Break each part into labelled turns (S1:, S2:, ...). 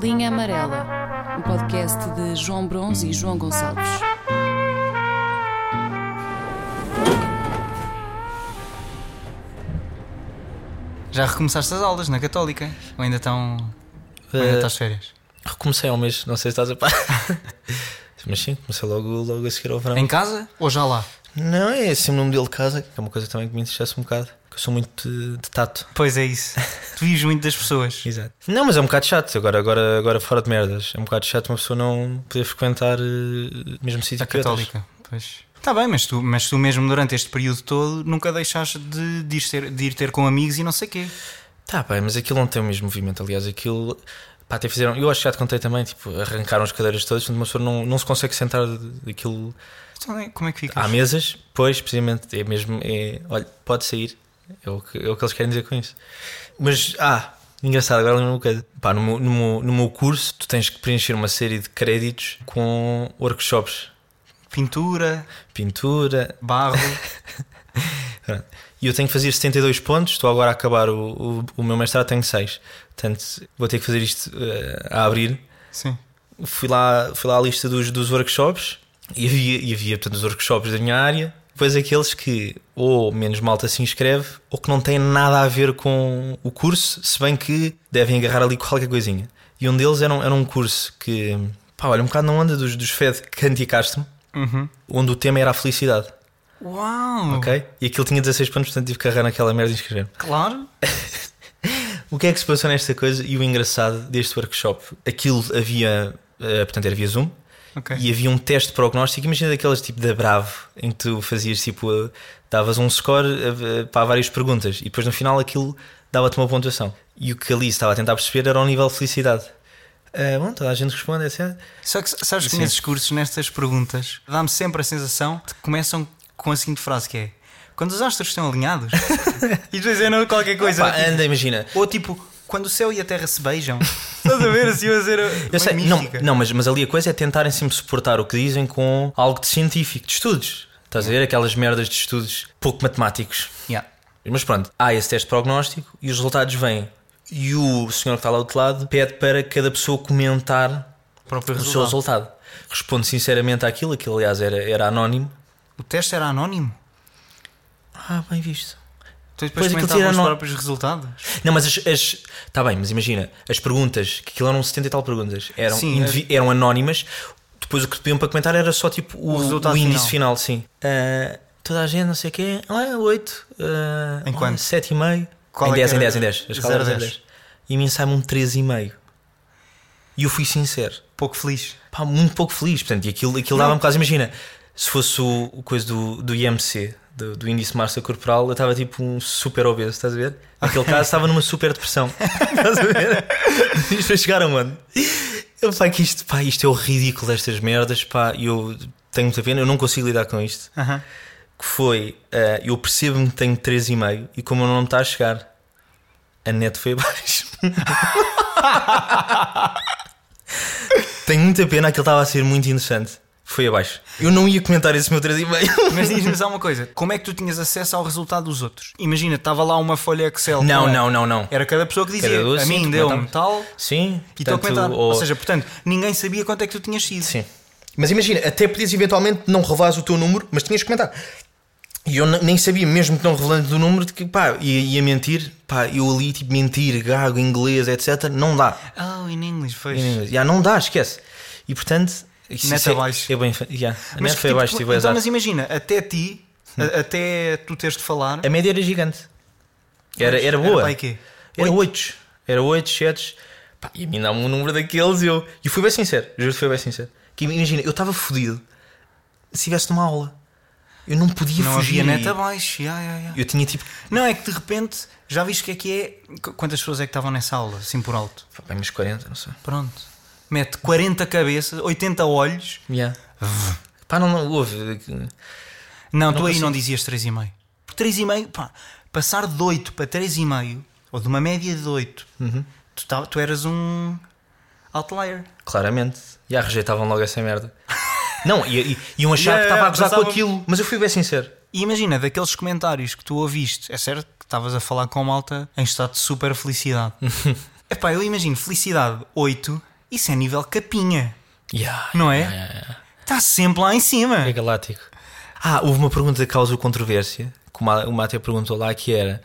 S1: Linha Amarela, um podcast de João Bronze e João Gonçalves.
S2: Já recomeçaste as aulas na Católica? Ou ainda estão. ou ainda
S3: Eh,
S2: estás de férias?
S3: Recomecei há um mês, não sei se estás a par. Mas sim, comecei logo, logo a seguir ao verão.
S2: Em casa ou já lá?
S3: Não, é assim no modelo de casa, que é uma coisa também que me interessa um bocado. Que eu sou muito de, de tato.
S2: Pois é isso. Tu vives muito das pessoas.
S3: Exato. Não, mas é um bocado chato. Agora, agora, agora fora de merdas. É um bocado chato uma pessoa não poder frequentar eh, o mesmo sítio
S2: A
S3: que outras.
S2: Católica. Pois. Está bem, mas tu, mas tu mesmo durante este período todo nunca deixaste de, de, ir ter, de ir ter com amigos e não sei quê.
S3: Tá bem, mas aquilo não tem o mesmo movimento. Aliás, aquilo. Pá, até fizeram. Eu acho que já te contei também. Tipo, arrancaram as cadeiras todas, portanto, uma pessoa não, não se consegue sentar daquilo.
S2: Então, é- como é que ficas?
S3: Há mesas, pois, precisamente, é mesmo. É, olha, pode sair. É o, que, é o que eles querem dizer com isso. Mas, ah, engraçado, agora lembro-me uma coisa. Pá, no, meu, no, meu, no meu curso, tu tens que preencher uma série de créditos com workshops.
S2: Pintura,
S3: Pintura.
S2: barro.
S3: pronto. E eu tenho que fazer 72 pontos. Estou agora a acabar o, o, o meu mestrado, tenho 6. Portanto, vou ter que fazer isto eh, a abrir.
S2: Sim.
S3: fui lá, fui lá à lista dos, dos workshops e havia, e havia portanto, os workshops da minha área. Depois aqueles que ou menos malta se inscreve ou que não têm nada a ver com o curso, se bem que devem agarrar ali qualquer coisinha. E um deles era um, era um curso que, pá, olha, um bocado não anda dos, dos FED que anticaste-me,
S2: Uhum.
S3: onde o tema era a felicidade,
S2: Uau!
S3: ok? E aquilo tinha 16 pontos, portanto tive que agarrar naquela merda e inscrever
S2: Claro.
S3: o que é que se passou nesta coisa e o engraçado deste workshop? Aquilo havia, eh, portanto, era via Zoom,
S2: Ok.
S3: E havia um teste de prognóstico, imagina daquelas tipo da Bravo, em que tu fazias tipo, eh, davas um score eh, eh, para várias perguntas e depois no final aquilo dava-te uma pontuação. E o que ali se estava a tentar perceber era o nível de felicidade. Eh, bom, toda a gente responde, etc.
S2: Só que sabes que
S3: Sim.
S2: nesses cursos, nestas perguntas, dá-me sempre a sensação de que começam com a seguinte frase que é quando os astros estão alinhados e depois é não qualquer coisa.
S3: Pá, anda, imagina.
S2: Ou tipo, quando o céu e a terra se beijam. Estás a ver assim a ser
S3: Eu sei, não,
S2: mística.
S3: não mas, mas ali a coisa é tentarem sempre suportar o que dizem com algo de científico, de estudos. Estás a ver? Aquelas merdas de estudos pouco matemáticos.
S2: Yeah.
S3: Mas pronto, há esse teste prognóstico e os resultados vêm. E o senhor que está lá do outro lado pede para cada pessoa comentar
S2: Próprio
S3: o seu
S2: resultado.
S3: resultado. Responde sinceramente àquilo, aquilo aliás era, era anónimo.
S2: O teste era anónimo.
S3: Ah, bem visto.
S2: Tu depois
S3: Pois, aquilo
S2: comentavam
S3: era
S2: os
S3: anó-
S2: próprios resultados.
S3: Não, mas as. as tá bem, mas imagina, as perguntas, que aquilo eram 70 e tal perguntas, eram,
S2: Sim, é.
S3: indivi- eram anónimas. Depois o que te pediam para comentar era só tipo o,
S2: O resultado
S3: o índice final, sim. Ah, toda a gente, não sei o quê, ah, 8, ah,
S2: Em quanto?
S3: 7,5.
S2: Qual
S3: Em
S2: é que
S3: 10, em
S2: era?
S3: 10, em 10. A escala
S2: Zero
S3: era
S2: a
S3: 10. E a mim sai-me um 3,5. E eu fui sincero.
S2: Pouco feliz.
S3: pá, muito pouco feliz. Portanto, e aquilo, aquilo dava-me quase. Imagina, se fosse o, o coisa do, do IMC, do, do índice de massa corporal, eu estava tipo um super obeso, estás a ver? Naquele caso, estava numa super depressão. estás a ver? Isto foi chegar a mano. Eu, pá, que isto, pá, isto é o ridículo destas merdas, pá, e eu tenho muita pena, eu não consigo lidar com isto.
S2: Aham.
S3: Que foi, eh, eu percebo-me que tenho 3,5 e como o meu nome está a chegar, a net foi abaixo. Tenho muita pena, aquilo estava a ser muito interessante. Foi abaixo. Eu não ia comentar esse meu 3,5.
S2: Mas diz-me só uma coisa: como é que tu tinhas acesso ao resultado dos outros? Imagina, estava lá uma folha Excel.
S3: Não,
S2: com-
S3: não, não, não.
S2: Era cada pessoa que dizia:
S3: Cada doce,
S2: a mim
S3: sim,
S2: deu-me
S3: comentava.
S2: tal.
S3: Sim,
S2: E estou a
S3: portanto,
S2: comentar. Ou
S3: ou-
S2: seja, portanto, ninguém sabia quanto é que tu tinhas sido.
S3: Sim. Mas imagina, até podias eventualmente não revelares o teu número, mas tinhas que comentar. E eu ne- nem sabia, mesmo que não revelando o número, de que pá, ia, ia mentir, pá, eu ali, tipo, mentir, gago, inglês, etc. Não dá.
S2: Oh, in English, pois.
S3: Em inglês. Já não dá, esquece. E portanto. isso-
S2: Net
S3: isso é-
S2: abaixo.
S3: É bem, fe- já. A
S2: Mas
S3: net
S2: que
S3: foi
S2: tipo
S3: abaixo,
S2: de-
S3: tive
S2: então,
S3: azar.
S2: mas imagina, até ti,
S3: Hum.
S2: a- até tu teres de falar.
S3: A média era gigante. É, Era, era boa.
S2: para aí quê?
S3: Era 8. Era 8, 7. Pá, e a mim dá-me um número daqueles e eu. E fui bem sincero, juro que fui bem sincero. Que imagina, eu estava fodido se estivesse numa aula. Eu não podia
S2: Não
S3: fugir.
S2: havia net
S3: e-
S2: abaixo. Ya, ya, ya.
S3: eu tinha tipo.
S2: Não, é que de repente já viste o que é que é. qu- Quantas pessoas é que estavam nessa aula, assim por alto?
S3: pá, Bem, uns 40, não sei.
S2: Pronto. Mete 40 cabeças, 80 olhos.
S3: Yeah. Pá, não, não houve.
S2: Não, tu aí não dizias 3,5. Porque 3,5, pá, passar de 8 para 3,5, ou de uma média de 8, tu, ta- tu eras um outlier.
S3: Claramente. Já rejeitavam logo essa merda. Não, e, e, iam achar
S4: É,
S2: Yeah,
S3: que estava a gozar com
S2: pensavam-
S3: aquilo. Mas eu fui bem sincero.
S2: E imagina, daqueles comentários que tu ouviste, é certo que estavas a falar com malta em estado de super felicidade. Epá, eu imagino felicidade 8 Isso é nível capinha,
S3: Yeah,
S2: não é?
S3: yeah, yeah, yeah.
S2: Está sempre lá em cima.
S4: É galáctico.
S3: Ah, houve uma pergunta que causou controvérsia, que o Ma- o Mate perguntou lá, que era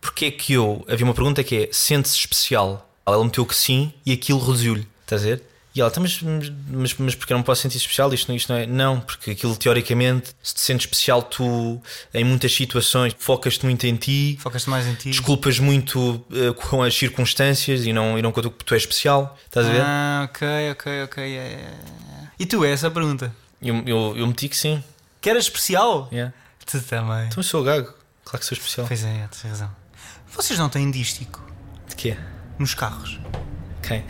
S3: porque é que eu. Havia uma pergunta que é: sente-se especial? Ela meteu que sim e aquilo reduziu-lhe, estás a ver? E ela, "Então, mas, mas, mas porque eu não posso sentir especial? Isto, não- isto não é. Não, porque aquilo teoricamente, se te sentes especial, tu em muitas situações focas-te muito em ti,
S2: Focas-te mais
S3: Hum.
S2: em ti.
S3: desculpas muito eh, com as circunstâncias e não, e não conta que tu és especial, estás a ver?
S2: Ah, ok, ok, ok. yeah, yeah, yeah. E tu, é essa a pergunta?
S3: Eu, eu, eu meti que sim.
S2: Que era especial?
S3: Yeah.
S2: Tu também.
S3: Então eu sou gago, claro que sou especial.
S2: Pois é, tens razão. Vocês não têm dístico
S3: De quê?
S2: nos carros?
S3: Quem?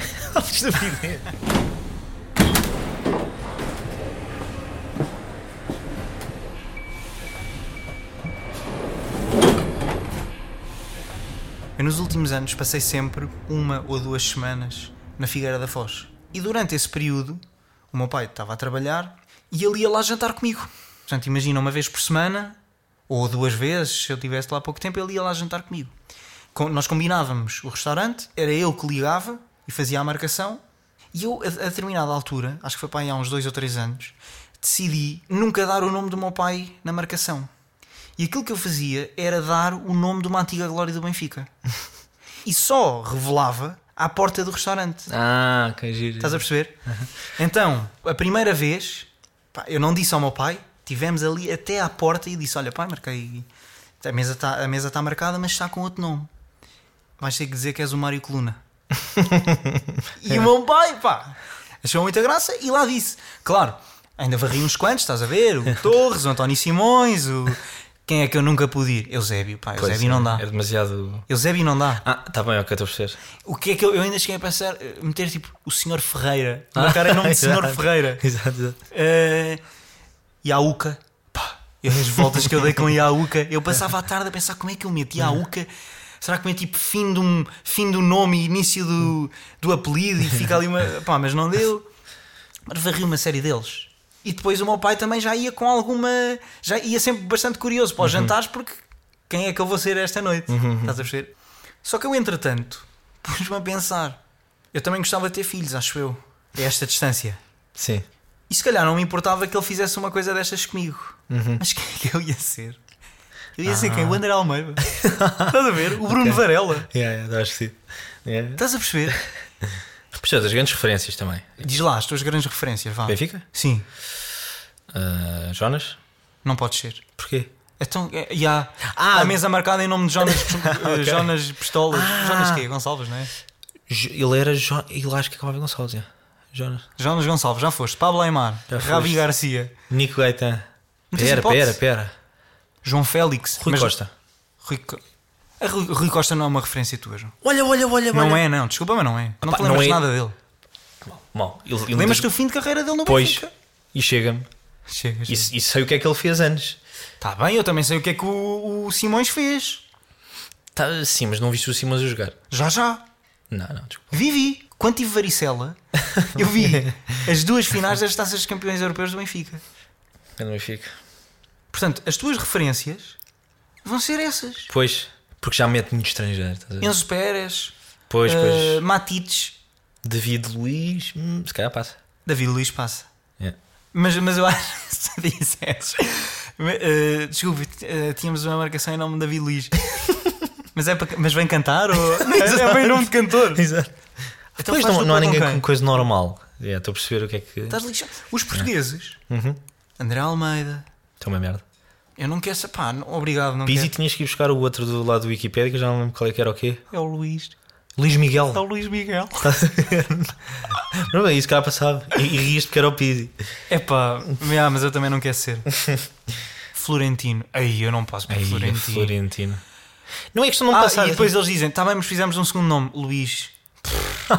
S2: Eu nos últimos anos passei sempre uma ou duas semanas na Figueira da Foz. E durante esse período, o meu pai estava a trabalhar e ele ia lá jantar comigo. Portanto, imagina uma vez por semana, ou duas vezes, se eu tivesse lá há pouco tempo, ele ia lá jantar comigo. Com- nós combinávamos o restaurante, era eu que ligava e fazia a marcação. E eu, a, a determinada altura, acho que foi para aí há uns dois ou três anos, decidi nunca dar o nome do meu pai na marcação. E aquilo que eu fazia era dar o nome de uma antiga glória do Benfica. e só revelava à porta do restaurante.
S3: Ah, que giro.
S2: Estás a perceber?
S3: Uhum.
S2: Então, a primeira vez, pá, eu não disse ao meu pai, tivemos ali até à porta e disse: Olha, pai, marquei. A mesa está tá marcada, mas está com outro nome. Vais ter que dizer que és o Mário Coluna. e o meu pai, pá, achou muita graça e lá disse: Claro, ainda varri uns quantos, estás a ver? O Torres, o António Simões, o. Quem é que eu nunca pude ir? Eusébio, pá,
S3: Pois,
S2: Eusébio não dá.
S3: É demasiado.
S2: Eusébio não dá.
S3: Ah, tá bem, ok, estou a perceber.
S2: O que é que eu, eu ainda cheguei a pensar? eh, Meter tipo o Sr. Ferreira. Na cara é nome de Sr.
S3: exato.
S2: Ferreira.
S3: Exato, exato.
S2: Eh, e a UCA. Pá, eu as voltas que eu dei com a Iauca, eu passava à tarde a pensar como é que eu meto Iauca. Será que meto tipo fim, de um, fim do nome e início do, do apelido e fica ali uma. Pá, mas não deu. Mas varri uma série deles. E depois o meu pai também já ia com alguma. Já ia sempre bastante curioso para os jantares porque quem é que eu vou ser esta noite? Estás a perceber? Só que eu, entretanto, pus-me a pensar. Eu também gostava de ter filhos, acho eu. A esta distância.
S3: Sim.
S2: E se calhar não me importava que ele fizesse uma coisa destas comigo.
S3: Uhum.
S2: Mas quem é que eu ia ser? Eu ia ser
S3: Ah.
S2: quem? O André Almeida. Estás a ver? O Bruno Varela.
S3: Yeah, yeah, acho que sim. Yeah.
S2: Estás a perceber?
S3: Portanto, as grandes referências também.
S2: Diz lá as tuas grandes referências, vá.
S3: Benfica?
S2: Sim,
S3: Ah, Jonas?
S2: não pode ser.
S3: Porquê?
S2: Então, é, e há ah, a mesa marcada em nome de Jonas, eh, Jonas Pistolas.
S3: Ah.
S2: Jonas quê? Gonçalves, não é?
S3: Jo- Ele era. Jo- Ele acho que acabava em Gonçalves. yeah. Jonas.
S2: Jonas Gonçalves, já foste. Pablo Aymar,
S3: Já
S2: Ravi
S3: foste.
S2: Garcia,
S3: Nico Gaetan.
S2: Não tens
S3: Pera,
S2: hipótese.
S3: pera, pera.
S2: João Félix.
S3: Rui
S2: mas-
S3: Costa.
S2: Rui, Co- a Rui- Rui Costa não é uma referência tua, João.
S3: Olha, olha, olha,
S2: Não é, não. Desculpa, mas não é. Não
S3: Epá,
S2: te
S3: não
S2: lembras
S3: é-
S2: nada dele.
S3: Mal. Ele, ele
S2: Lembras-te do fim de carreira dele no
S3: Pois.
S2: Benfica?
S3: E chega-me.
S2: Chegas.
S3: E, e sei o que é que ele fez antes.
S2: Está bem, eu também sei o que é que o, o Simões fez.
S3: Tá, sim, mas não viste o Simões a jogar.
S2: Já, já.
S3: Não, não, desculpa.
S2: Vivi. Quando tive varicela, eu vi as duas finais das taças de campeões europeus do Benfica.
S3: Eu não fico.
S2: Portanto, as tuas referências vão ser essas.
S3: Pois, porque já mete muito estrangeiro. Estás a ver?
S2: Enzo Pérez,
S3: Pois, pois.
S2: eh, Matites,
S3: David Luiz, hum, se calhar passa. É.
S2: David Luiz passa.
S3: Yeah.
S2: Mas, mas eu acho que se dissesses. eh, desculpe, eh, tínhamos uma marcação em nome de David Luiz. mas, é para, mas vem cantar? Ou... é bem nome de cantor.
S3: Exato.
S2: Então
S3: Pois
S2: faz
S3: não, não
S2: dupla
S3: há ninguém
S2: com quem? Tá.
S3: com coisa normal. É, Estou a perceber o que é que.
S2: Estás lixado. Os portugueses,
S3: Uhum.
S2: André Almeida,
S3: Estou é uma merda.
S2: eu não quero sapar, não- obrigado, não
S3: Pizzi tinhas que ir buscar o outro do lado do Wikipedia, que eu já não lembro qual é que era o quê.
S2: quero. É o Luís,
S3: Luís Miguel.
S2: é o Luís Miguel.
S3: Tá. Não bem, isso que passava. E, e rias porque era o Pizzi.
S2: É pá, mas eu também não quero ser. Florentino, aí eu não posso por
S3: Ai,
S2: Florentino.
S3: Florentino. Não é questão de não
S2: Ah,
S3: passar.
S2: e depois eles dizem, tá bem, mas fizemos um segundo nome, Luís.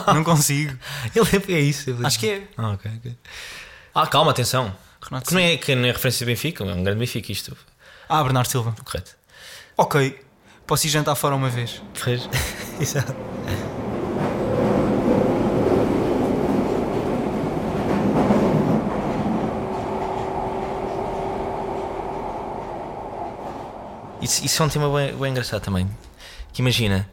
S2: não consigo.
S3: Ele é, é isso. ele-
S2: Acho que é.
S3: Ah, ok, ok. Ah, calma, atenção.
S2: Renato
S3: Que não é, que não é referência do Benfica, é um grande Benfica isto.
S2: Ah, Bernardo Silva.
S3: Correto.
S2: Ok, posso ir jantar fora uma vez.
S3: Pois. Exato. Isso, isso é um tema bem, bem engraçado também. Que imagina,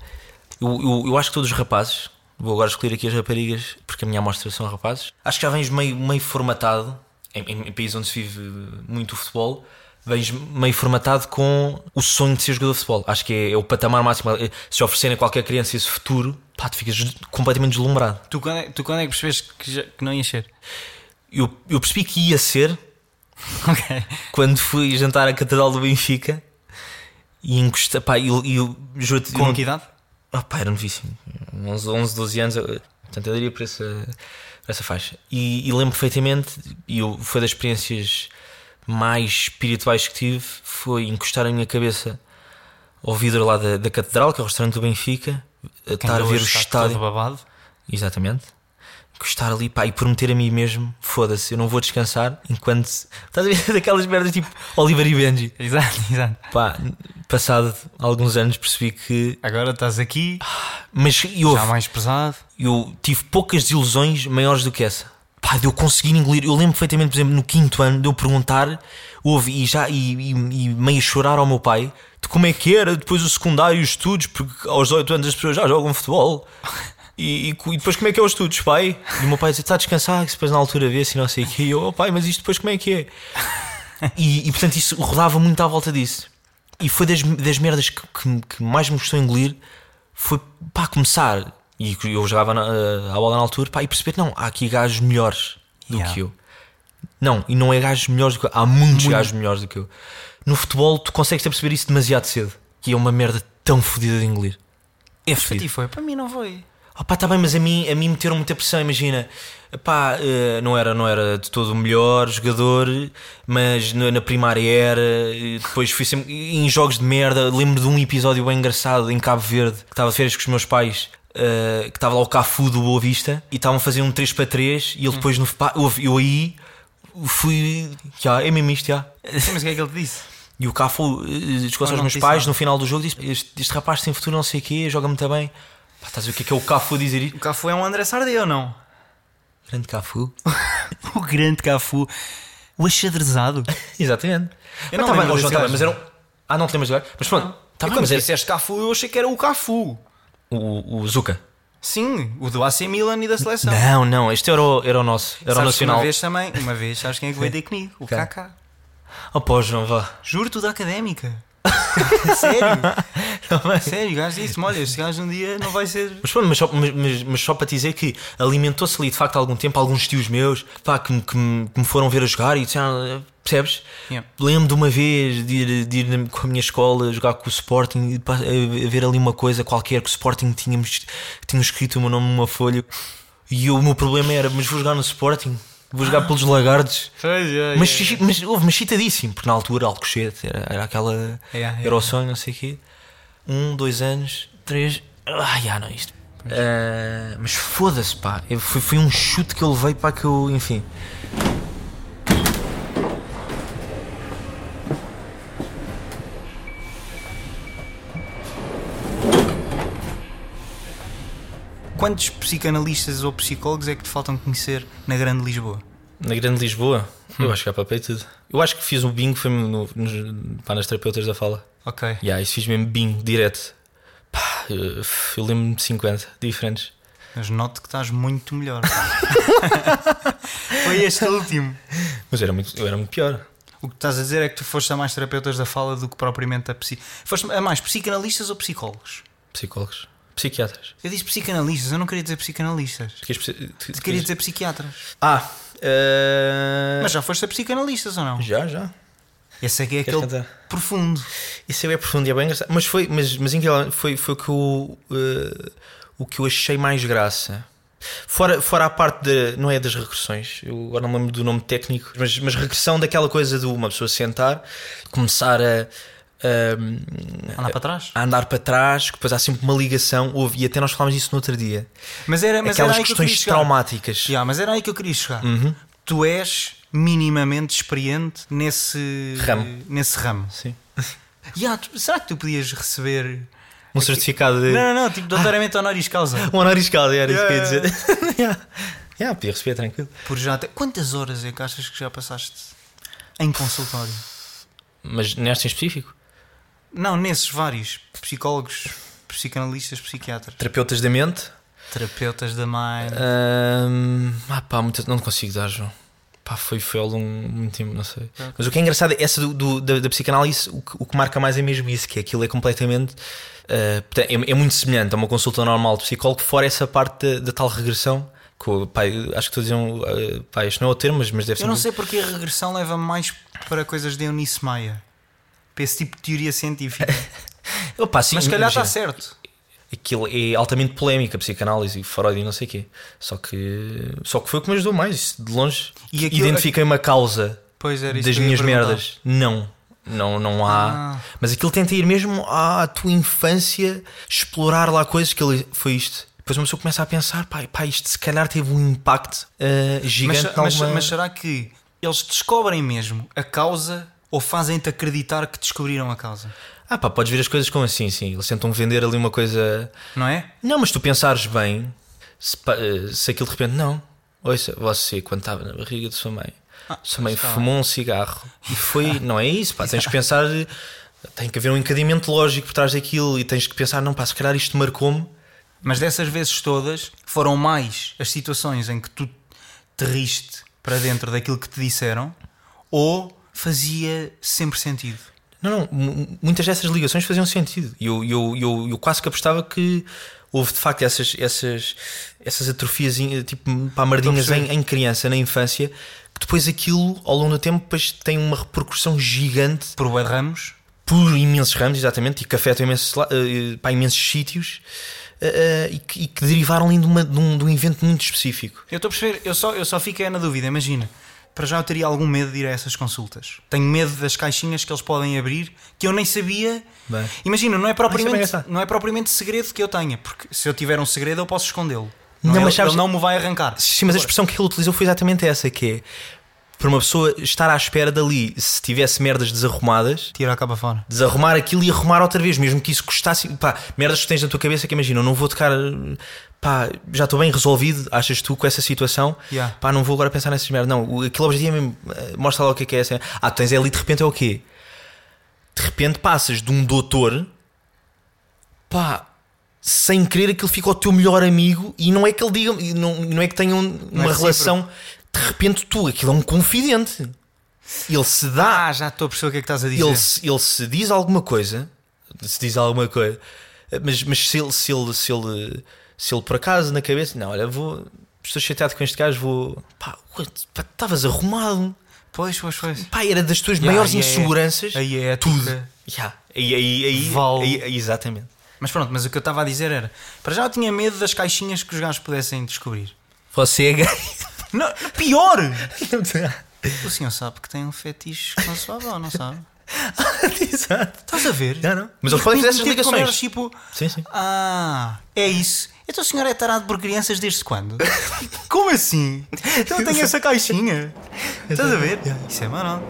S3: eu, eu, eu acho que todos os rapazes Vou agora escolher aqui as raparigas, porque a minha amostra são rapazes. Acho que já vens meio, meio formatado, em, em- em países onde se vive muito o futebol, vens meio formatado com o sonho de ser jogador de futebol. Acho que é, é o patamar máximo. Se oferecerem a qualquer criança esse futuro, pá, tu ficas completamente deslumbrado.
S2: Tu quando é, tu quando é que percebeste que, já- que não ia ser?
S3: Eu, eu percebi que ia ser
S2: Ok.
S3: quando fui jantar à Catedral do Benfica e encosta, pá, e eu, eu juro-te. eu
S2: Com
S3: não-
S2: que idade?
S3: Ah, pá, era novíssimo. 11, 11 12 anos. eu- Portanto, eu diria por essa, por essa faixa. E, e lembro perfeitamente, e eu, foi das experiências mais espirituais que tive, foi encostar a minha cabeça ao vidro lá da, da Catedral, que é o restaurante do Benfica, a estar a
S2: Quando
S3: ver o
S2: hoje estás
S3: estádio.
S2: todo babado.
S3: Exatamente. Encostar ali, pá, e prometer a mim mesmo, foda-se, eu não vou descansar enquanto. Estás a ver daquelas merdas tipo Oliver e Benji?
S2: Exato, exato.
S3: Pá, passado alguns anos percebi que.
S2: Agora estás aqui,
S3: Mas e houve,
S2: já mais pesado.
S3: eu tive poucas desilusões maiores do que essa. Pá, de eu conseguir engolir. Eu lembro perfeitamente, por exemplo, no quinto ano, de eu perguntar, houve, e já, e, e, e meio chorar ao meu pai, de como é que era depois o secundário e os estudos, porque aos 18 anos as pessoas já jogam futebol. E, e cu- e depois como é que é os estudos, pai? E o meu pai dizia, está a descansar, que depois na altura vê-se e não sei o quê. E eu, oh, pai, mas isto depois como é que é? E, e, portanto isso rodava muito à volta disso. E foi das, das merdas que, que- que mais me custou engolir foi pá, começar. E que eu jogava na, a bola na altura pá, e perceber que não, há aqui gajos melhores do
S2: Yeah.
S3: que eu. Não, e não é gajos melhores do que eu. Há muitos gajos melhores do que eu. No futebol tu consegues te perceber isso demasiado cedo. Que é uma merda tão fodida de engolir. É
S2: Para
S3: fodido.
S2: ti foi, para mim não foi.
S3: Ah pá, tá bem, mas a mim, a mim meteram muita pressão, imagina. Pá, eh, não era, não era de todo o melhor jogador, mas na, na primária era. e Depois fui sempre. e Em jogos de merda, lembro de um episódio bem engraçado em Cabo Verde, que estava de férias com os meus pais. eh, que estava lá o Cafu do Boa Vista e estavam a fazer um 3 para 3 e ele depois no pá, ouve, eu aí fui já, é mesmo isto já.
S2: Sim, mas o que é que ele te disse?
S3: E o Cafu eh, chegou
S2: Ah,
S3: aos
S2: não
S3: meus
S2: disse
S3: pais
S2: nada.
S3: no final do jogo e disse: este, este rapaz tem futuro, não sei o quê, joga-me também. Pá, estás a ver o que é que é o Cafu dizer isto?
S2: O Cafu é um André Sardé ou não?
S3: Grande Cafu.
S2: O grande Cafu, o achadrezado.
S3: Exatamente.
S2: Eu
S3: Eu
S2: não
S3: não estava
S2: lembro
S3: oh, João,
S2: desse
S3: tá bem,
S2: gajo.
S3: mas era um... Ah, não te lembras do gajo? Mas pronto, tá bem,
S2: quando
S3: mas é era
S2: disseste Cafu, eu achei que era o Cafu.
S3: o, o Zuka.
S2: Sim, o do AC Milan e da seleção.
S3: Não, não, este era o, era o nosso, era o
S2: Sabes que
S3: nacional.
S2: Uma vez também, uma vez, sabes quem é que veio ter comigo? O
S3: Quem?
S2: Kaká.
S3: Oh, pô, João, vá.
S2: Juro-te o da académica. sério,
S3: Tá bem.
S2: sério, o gajo disse-me: olha, este gajo um dia não vai ser.
S3: Mas pronto, mas só, mas, mas- mas só para te dizer que alimentou-se ali de facto há algum tempo alguns tios meus pá, que, me- que me, que me foram ver a jogar e disseram, "Ah, percebes?
S2: Yeah.
S3: Lembro de uma vez de ir, de ir na- com a minha escola jogar com o Sporting e pá, a- a ver ali uma coisa qualquer que o Sporting tínhamos, tinha escrito o meu nome numa folha e eu- o meu problema era, mas vou jogar no Sporting, vou jogar pelos lagardos.
S2: é,
S3: Mas, chi- mas, houve, mas chitadíssimo, porque na altura Alcochete era, era aquela.
S2: Yeah, yeah.
S3: Era o sonho, não sei o quê. Um, dois anos, três. Ah, já não, isto. Ah, mas foda-se, pá. Eu- foi, foi um chute que eu levei, pá, que eu. Enfim.
S2: Quantos psicanalistas ou psicólogos é que te faltam conhecer na Grande Lisboa?
S3: Na Grande Lisboa, eu acho que há papel e tudo. Eu acho que fiz um bingo, foi no, nos- pá, nas terapeutas da fala.
S2: Ok.
S3: Já, isso fiz mesmo bingo, direto. Pá, eu, eu lembro-me de 50 diferentes.
S2: Mas noto que estás muito melhor. Foi este último.
S3: Mas era muito, eu era muito pior.
S2: O que estás a dizer é que tu foste a mais terapeutas da fala do que propriamente a psi... Foste a mais psicanalistas ou psicólogos?
S3: Psicólogos, psiquiatras.
S2: Eu disse psicanalistas, eu não queria dizer psicanalistas.
S3: Tu queres- tu- tu
S2: Eu queria
S3: queres-
S2: dizer psiquiatras.
S3: Ah, eh,
S2: Mas já foste a psicanalistas ou não?
S3: já, já.
S2: Esse aqui é
S3: Queres
S2: aquele
S3: cantar?
S2: profundo.
S3: Isso é bem profundo e é bem engraçado. Mas foi, mas, mas incrível, foi, foi o que eu, eh, o que eu achei mais graça. Fora, fora a parte de, não é das regressões, eu agora não me lembro do nome técnico, mas, mas regressão daquela coisa de uma pessoa sentar, começar a, ah, a-
S2: Andar para trás.
S3: a andar para trás, que depois há sempre uma ligação, houve, e até nós falámos disso no outro dia.
S2: Mas era, mas era
S3: Aquelas
S2: aí que eu queria
S3: questões
S2: chegar.
S3: traumáticas. Uhum.
S2: Já, mas era aí que eu queria chegar. Tu és minimamente experiente nesse
S3: Ramo.
S2: Nesse ramo.
S3: Sim.
S2: Já, tu- será que tu podias receber.
S3: Um certificado de.
S2: Não, não, não, tipo doutoramento honoris causa.
S3: Um honoris causa, era isso que eu ia
S2: Yeah.
S3: dizer. yeah. Yeah, podia receber tranquilo.
S2: Por já ter... Quantas horas é que achas que já passaste em consultório?
S3: Mas nesta em específico?
S2: Não, nesses vários psicólogos, psicanalistas, psiquiatras.
S3: Terapeutas da mente?
S2: Terapeutas da mãe.
S5: Ahm, ah, pá, muita- não te consigo dar, João. Pá, foi, foi ao longo de muito tempo, não sei. Mas o que é engraçado é essa do, do- da, da psicanálise, o que, o que marca mais é mesmo isso, que aquilo é completamente. ah, portanto, é, é muito semelhante a uma consulta normal de psicólogo, fora essa parte da, da tal regressão. Que, o- pá, eu acho que estou a dizer. Um, ah, pá, este não é o termo, mas, mas deve ser.
S2: Eu não
S5: muito-
S2: sei porque a regressão leva mais para coisas de Eunice Maia. Para esse tipo de teoria científica.
S5: Oh, pá, sim,
S2: Mas se calhar
S5: imagina.
S2: está certo.
S5: aquilo é altamente polémica, psicanálise e Freud e não sei o quê. Só que, só que foi o que me ajudou mais, isso, de longe.
S2: E aquilo- é
S5: Identifiquei uma causa
S2: Pois era isso.
S5: das
S2: que eu ia
S5: minhas
S2: perguntar.
S5: merdas. Não, não, não há.
S2: Ah.
S5: Mas aquilo tenta ir mesmo à tua infância, explorar lá coisas que ele foi isto. Depois uma pessoa começa a pensar, pá, pá isto se calhar teve um impacto ah,
S2: Mas,
S5: gigante.
S2: mas-
S5: em alguma...
S2: mas será que eles descobrem mesmo a causa ou fazem-te acreditar que descobriram a causa?
S5: Ah, pá, podes ver as coisas como assim, sim. Eles tentam vender ali uma coisa.
S2: Não é?
S5: Não, mas tu pensares bem, se, pa- eh, se aquilo de repente não. Ouça, você, quando estava na barriga de sua mãe,
S2: Ah,
S5: sua mãe fumou um cigarro e foi. não é isso, pá, tens que pensar. eh, Tem que haver um encadimento lógico por trás daquilo e tens que pensar, não, pá, se calhar isto marcou-me.
S2: Mas dessas vezes todas foram mais as situações em que tu te riste para dentro daquilo que te disseram ou fazia sempre sentido.
S5: Não, não, mu- muitas dessas ligações faziam sentido e eu, eu, eu, eu quase que apostava que houve de facto essas, essas, essas atrofias, em- tipo, pá, mardinhas
S2: Estou a
S5: em,
S2: perceber.
S5: em criança, na infância, que depois aquilo, ao longo do tempo, depois tem uma repercussão gigante
S2: Por Wed Ramos,
S5: por imensos ramos, exatamente, e que afetam imensos, la- eh, pá, imensos sítios eh, eh, e, que, e que derivaram ali de, uma- de um, de um evento muito específico.
S2: Eu estou a perceber, eu só, eu só fico é na dúvida, imagina. Para já eu teria algum medo de ir a essas consultas. Tenho medo das caixinhas que eles podem abrir, que eu nem sabia.
S5: Bem.
S2: Imagina, não é, propriamente,
S5: engraçado.
S2: não é propriamente segredo que eu tenha, porque se eu tiver um segredo eu posso escondê-lo. Não,
S5: Não,
S2: ele,
S5: mas sabes-
S2: ele não me vai arrancar.
S5: Sim, mas a expressão que ele utilizou foi exatamente essa, que é para uma pessoa estar à espera dali, se tivesse merdas desarrumadas,
S2: Tira a capa fora.
S5: desarrumar aquilo e arrumar outra vez, mesmo que isso custasse. Pá, merdas que tens na tua cabeça que imagina, eu não vou tocar. Pá, já estou bem resolvido, achas tu, com essa situação.
S2: Yeah.
S5: Pá, não vou agora pensar nessas merdas. Não, o- aquele objetivo é mesmo. eh, Mostra lá o que é que é essa. Ah, tu tens ali de repente é o quê? De repente passas de um doutor. Pá. Sem querer, aquilo fica o teu melhor amigo e não é que ele diga, e não, não é que tenha um-
S2: é
S5: uma
S2: recíproco.
S5: relação. De repente, tu, aquilo é um confidente. Ele se dá
S2: Ah, já estou a perceber o que é que estás a dizer.
S5: ele, se- ele se diz alguma coisa, se diz alguma coisa, mas, mas se, ele, se, ele, se, ele, se ele por acaso na cabeça, não, olha, vou, estou chateado com este gajo, vou. Pá, what? Pá, estavas arrumado,
S2: Pois, pois, pois.
S5: pá, era das tuas
S2: Yeah,
S5: maiores
S2: yeah,
S5: inseguranças.
S2: Aí é ética.
S5: Tudo. Yeah. Aí, aí, aí,
S2: Vale.
S5: aí- aí- exatamente.
S2: Mas pronto, mas o que eu estava a dizer era: para já eu tinha medo das caixinhas que os gajos pudessem descobrir.
S5: Você é gay.
S2: Não, pior!
S5: Exato.
S2: O senhor sabe que tem um fetiche com a sua avó, não sabe? Estás a ver?
S5: Não, não. Mas eles podem fazer essas
S2: Tipo,
S5: ligações.
S2: conversas, tipo,
S5: Sim, sim.
S2: ah, é isso. Então o senhor é tarado por crianças desde quando? Como assim? Então eu tenho essa caixinha. Estás a ver?
S5: Yeah.
S2: Isso é maroto.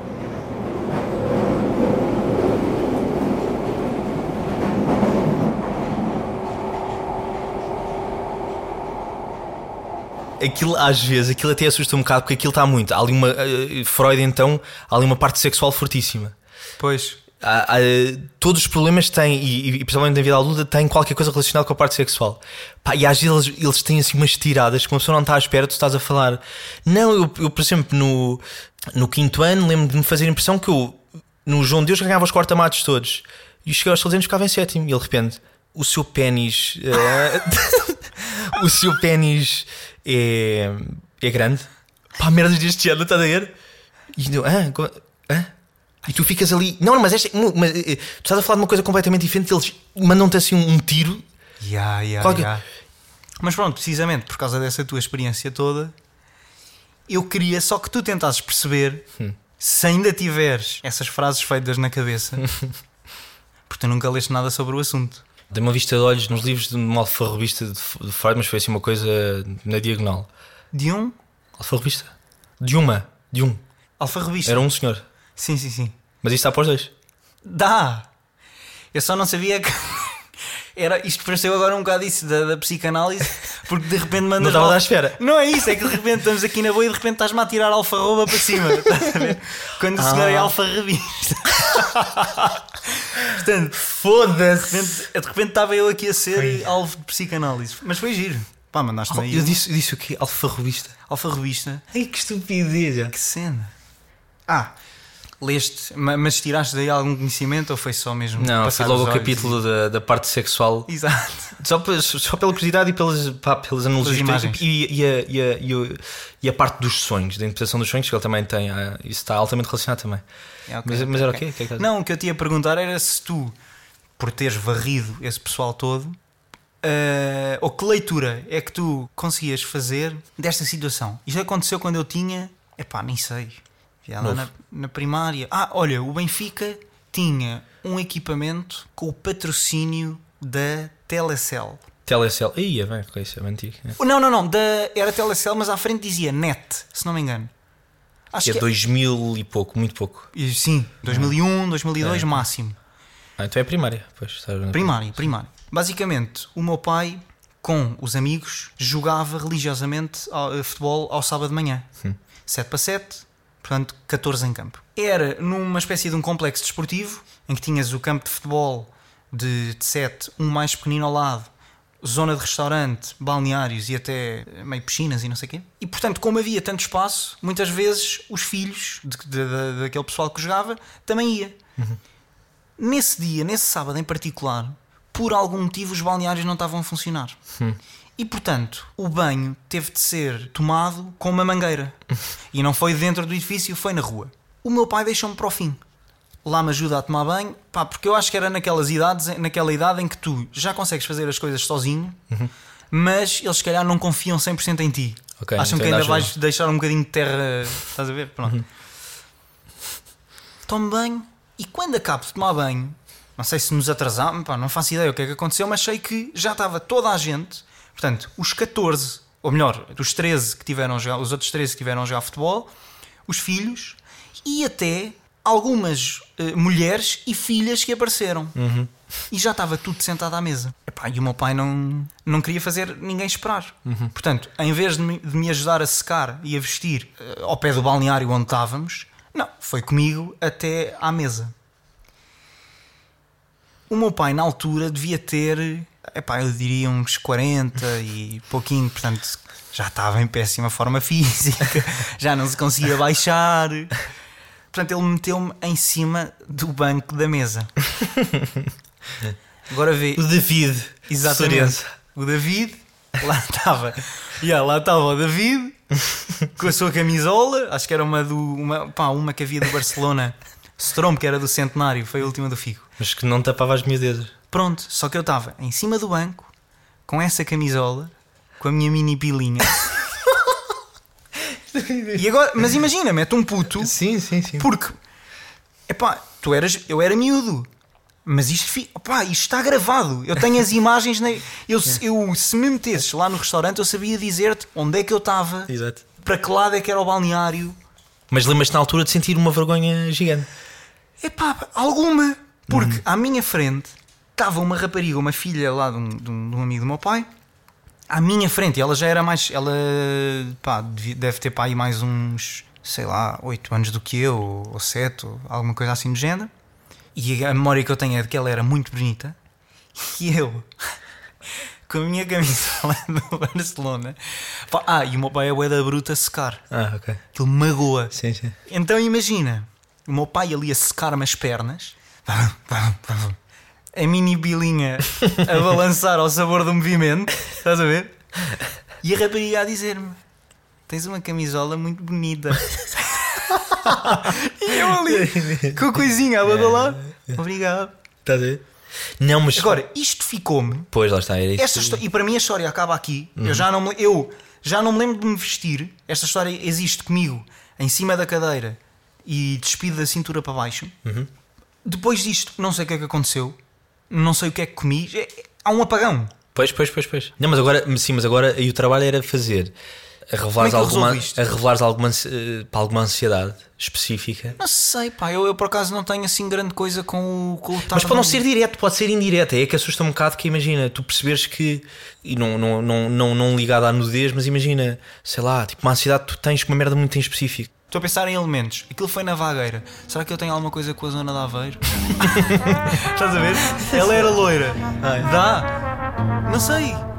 S5: Aquilo às vezes, aquilo até assusta um bocado porque aquilo está muito. Há ali uma. eh, Freud então, há ali uma parte sexual fortíssima.
S2: Pois.
S5: Há- há- Ah, todos os problemas têm, e, e- e principalmente na vida adulta, têm qualquer coisa relacionada com a parte sexual. Pá, e às vezes eles, eles têm assim umas tiradas que uma pessoa não está à espera, tu estás a falar. Não, eu, eu, por exemplo, no, no quinto ano, lembro de me fazer a impressão que eu, no João Deus, ganhava os quartamatos todos. E cheguei aos 13 anos ficava em sétimo. E ele, de repente, o seu pênis. eh, o seu pênis é, é grande. Pá, merdas deste género, estás a ver? E eu, ah, como- ah? E tu ficas ali. Não, não, mas, esta, mu- mas, eh, eh, tu estás a falar de uma coisa completamente diferente. Eles mandam-te assim um, um tiro.
S2: Ya, ya,
S5: Qual que-
S2: ya. Mas pronto, precisamente por causa dessa tua experiência toda, eu queria só que tu tentasses perceber
S5: Hum.
S2: se ainda tiveres essas frases feitas na cabeça, porque tu nunca leste nada sobre o assunto.
S5: Dei uma vista de olhos nos livros de uma alfarrobista de, F- de Freud, mas foi assim uma coisa na diagonal.
S2: De um
S5: Alfarrobista? De uma. De um.
S2: alfarrobista.
S5: Era um senhor.
S2: Sim, sim, sim.
S5: Mas isto está para os dois.
S2: Dá! Eu só não sabia que. Era, isto pareceu agora um bocado isso da, da psicanálise, porque de repente mandas.
S5: Não estava
S2: lá-
S5: à espera.
S2: Não é isso, é que de repente estamos aqui na boa e de repente estás-me a tirar alfarroba para cima. estás a ver? Quando o senhor é
S3: Ah.
S2: alfarrabista. Portanto,
S5: Foda-se!
S2: de repente estava eu aqui a ser alvo de psicanálise. Mas foi giro. Pá, mandaste-me aí.
S3: Oh,
S2: um
S3: Eu disse, eu disse o quê? Alfarrobista.
S2: Alfarrobista.
S3: Ai, que estupidez! já.
S2: Que cena. Ah, leste, ma- mas tiraste daí algum conhecimento ou foi só mesmo?
S3: Não,
S2: passar
S3: foi logo
S2: os
S3: o
S2: olhos
S3: capítulo da, da parte sexual.
S2: e- Exato.
S3: Só, pe- só pela curiosidade e pelas, pá, pelas analogias
S2: Pelas
S3: que
S2: imagens.
S3: tem. e, e, a, e, a, e, o- e a parte dos sonhos, da interpretação dos sonhos, que ele também tem. ah, isso está altamente relacionado também.
S2: É, ok.
S3: Mas, mas era o quê? O que é que estás a dizer?
S2: Não, o que eu te ia perguntar era se tu, por teres varrido esse pessoal todo, eh, ou que leitura é que tu conseguias fazer desta situação? Isto aconteceu quando eu tinha, epá, nem sei, já lá
S3: Novo.
S2: na, na primária. Ah, olha, o Benfica tinha um equipamento com o patrocínio da Telecel.
S3: Telecel. Ih, é bem, isso é bem antigo. É.
S2: Oh, Não, não, não, da, era Telecel, mas à frente dizia NET, se não me engano. Acho
S3: É
S2: que
S3: 2000 e pouco, muito pouco.
S2: é, sim, 2001,
S3: É.
S2: 2002 máximo.
S3: Ah, então é primária. Pois, estás na-
S2: Primário, primário. Basicamente, o meu pai, com os amigos, jogava religiosamente ao- eh, futebol ao sábado de manhã. 7 para 7, portanto, 14 em campo. Era numa espécie de um complexo desportivo, em que tinhas o campo de futebol de, de 7, um mais pequenino ao lado, zona de restaurante, balneários e até eh, meio piscinas e não sei o quê. E, portanto, como havia tanto espaço, muitas vezes os filhos de- de- de- daquele pessoal que jogava também ia. Nesse dia, nesse sábado em particular, por algum motivo os balneários não estavam a funcionar. E portanto, o banho teve de ser tomado com uma mangueira. e não foi dentro do edifício, foi na rua. O meu pai deixou-me para o fim. Lá me ajuda a tomar banho, pá, porque eu acho que era naquelas idades, naquela idade em que tu já consegues fazer as coisas sozinho, mas eles se calhar não confiam 100% em ti.
S3: Ok,
S2: Acham que ainda
S3: entendo, acho-
S2: vais deixar um bocadinho de terra, estás a ver? Pronto tomo banho e quando acabo de tomar banho, não sei se nos atrasámos, pá, não faço ideia o que é que aconteceu, mas sei que já estava toda a gente, portanto, os 14, ou melhor, dos 13 que tiveram a jogar, os outros 13 que tiveram a jogar futebol, os filhos e até algumas eh, mulheres e filhas que apareceram. E já estava tudo sentado à mesa. Epá, e o meu pai não, não queria fazer ninguém esperar. Portanto, em vez de me, de me ajudar a secar e a vestir eh, ao pé do balneário onde estávamos, não, foi comigo até à mesa. O meu pai, na altura, devia ter, epá, eu diria uns 40 e pouquinho, portanto, já estava em péssima forma física, já não se conseguia baixar. Portanto, ele meteu-me em cima do banco da mesa. Agora vê.
S3: O David.
S2: Exatamente.
S3: Sorense.
S2: O David, lá estava. yeah, lá estava o David com a sua camisola, acho que era uma do uma, pá, uma que havia do Barcelona. Strom, que era do Centenário, foi a última do Figo.
S3: Mas que não tapava as miudezas.
S2: Pronto, só que eu estava em cima do banco com essa camisola, com a minha mini pilinha. e agora, mas imagina, mete um puto
S3: Sim, sim, sim.
S2: porque, epá, tu eras, eu era miúdo, mas isto, fi- opá, isto está gravado. Eu tenho as imagens. Na, eu, se- eu, se me metesses lá no restaurante, eu sabia dizer-te onde é que eu estava,
S3: Exato.
S2: para que lado é que era o balneário.
S3: Mas lembras-te na altura de sentir uma vergonha gigante.
S2: Epá, alguma. Porque à minha frente estava uma rapariga, uma filha lá de um, de um- de um amigo do meu pai. À minha frente, ela já era mais. Ela pá, devia- deve ter para aí mais uns, sei lá, 8 anos do que eu, ou 7, ou alguma coisa assim do género. E a memória que eu tenho é de que ela era muito bonita. E eu, com a minha camisola do Barcelona. pá, ah, e o meu pai é o da bruta a secar.
S3: Ah, ok.
S2: Aquilo magoa.
S3: Sim, sim.
S2: Então imagina, o meu pai ali a secar-me as pernas, a mini bilinha a balançar ao sabor do movimento, estás a ver? E a rapariga a dizer-me: Tens uma camisola muito bonita. e eu ali, com a coisinha a badalar, obrigado.
S3: Estás a ver? Não, mas.
S2: Agora, isto ficou-me
S3: Pois, lá está. Era isto.
S2: esta histó- e para mim a história acaba aqui. Eu, já não me, eu já não me lembro de me vestir. Esta história existe comigo em cima da cadeira e despido da cintura para baixo.
S3: Uhum.
S2: Depois disto, não sei o que é que aconteceu, não sei o que é que comi. É- é- Há um apagão.
S3: Pois, pois, pois, pois. Não, mas agora, sim, mas agora aí o trabalho era fazer. A revelares
S2: Como é que eu
S3: alguma,
S2: resolvo isto?
S3: a revelares alguma, ansi- eh, para alguma ansiedade específica.
S2: Não sei, pá. Eu, eu por acaso não tenho assim grande coisa com o, com o
S3: Mas
S2: tarde.
S3: pode não ser direto, pode ser indireto. É que assusta um bocado que imagina, tu perceberes que, e não, não, não, não, não ligado à nudez, mas imagina, sei lá, tipo uma ansiedade que tu tens com uma merda muito em específico.
S2: Estou a pensar em elementos. Aquilo foi na vagueira. Será que eu tenho alguma coisa com a zona de Aveiro? Estás a ver? Ela era loira. Dá? Não sei.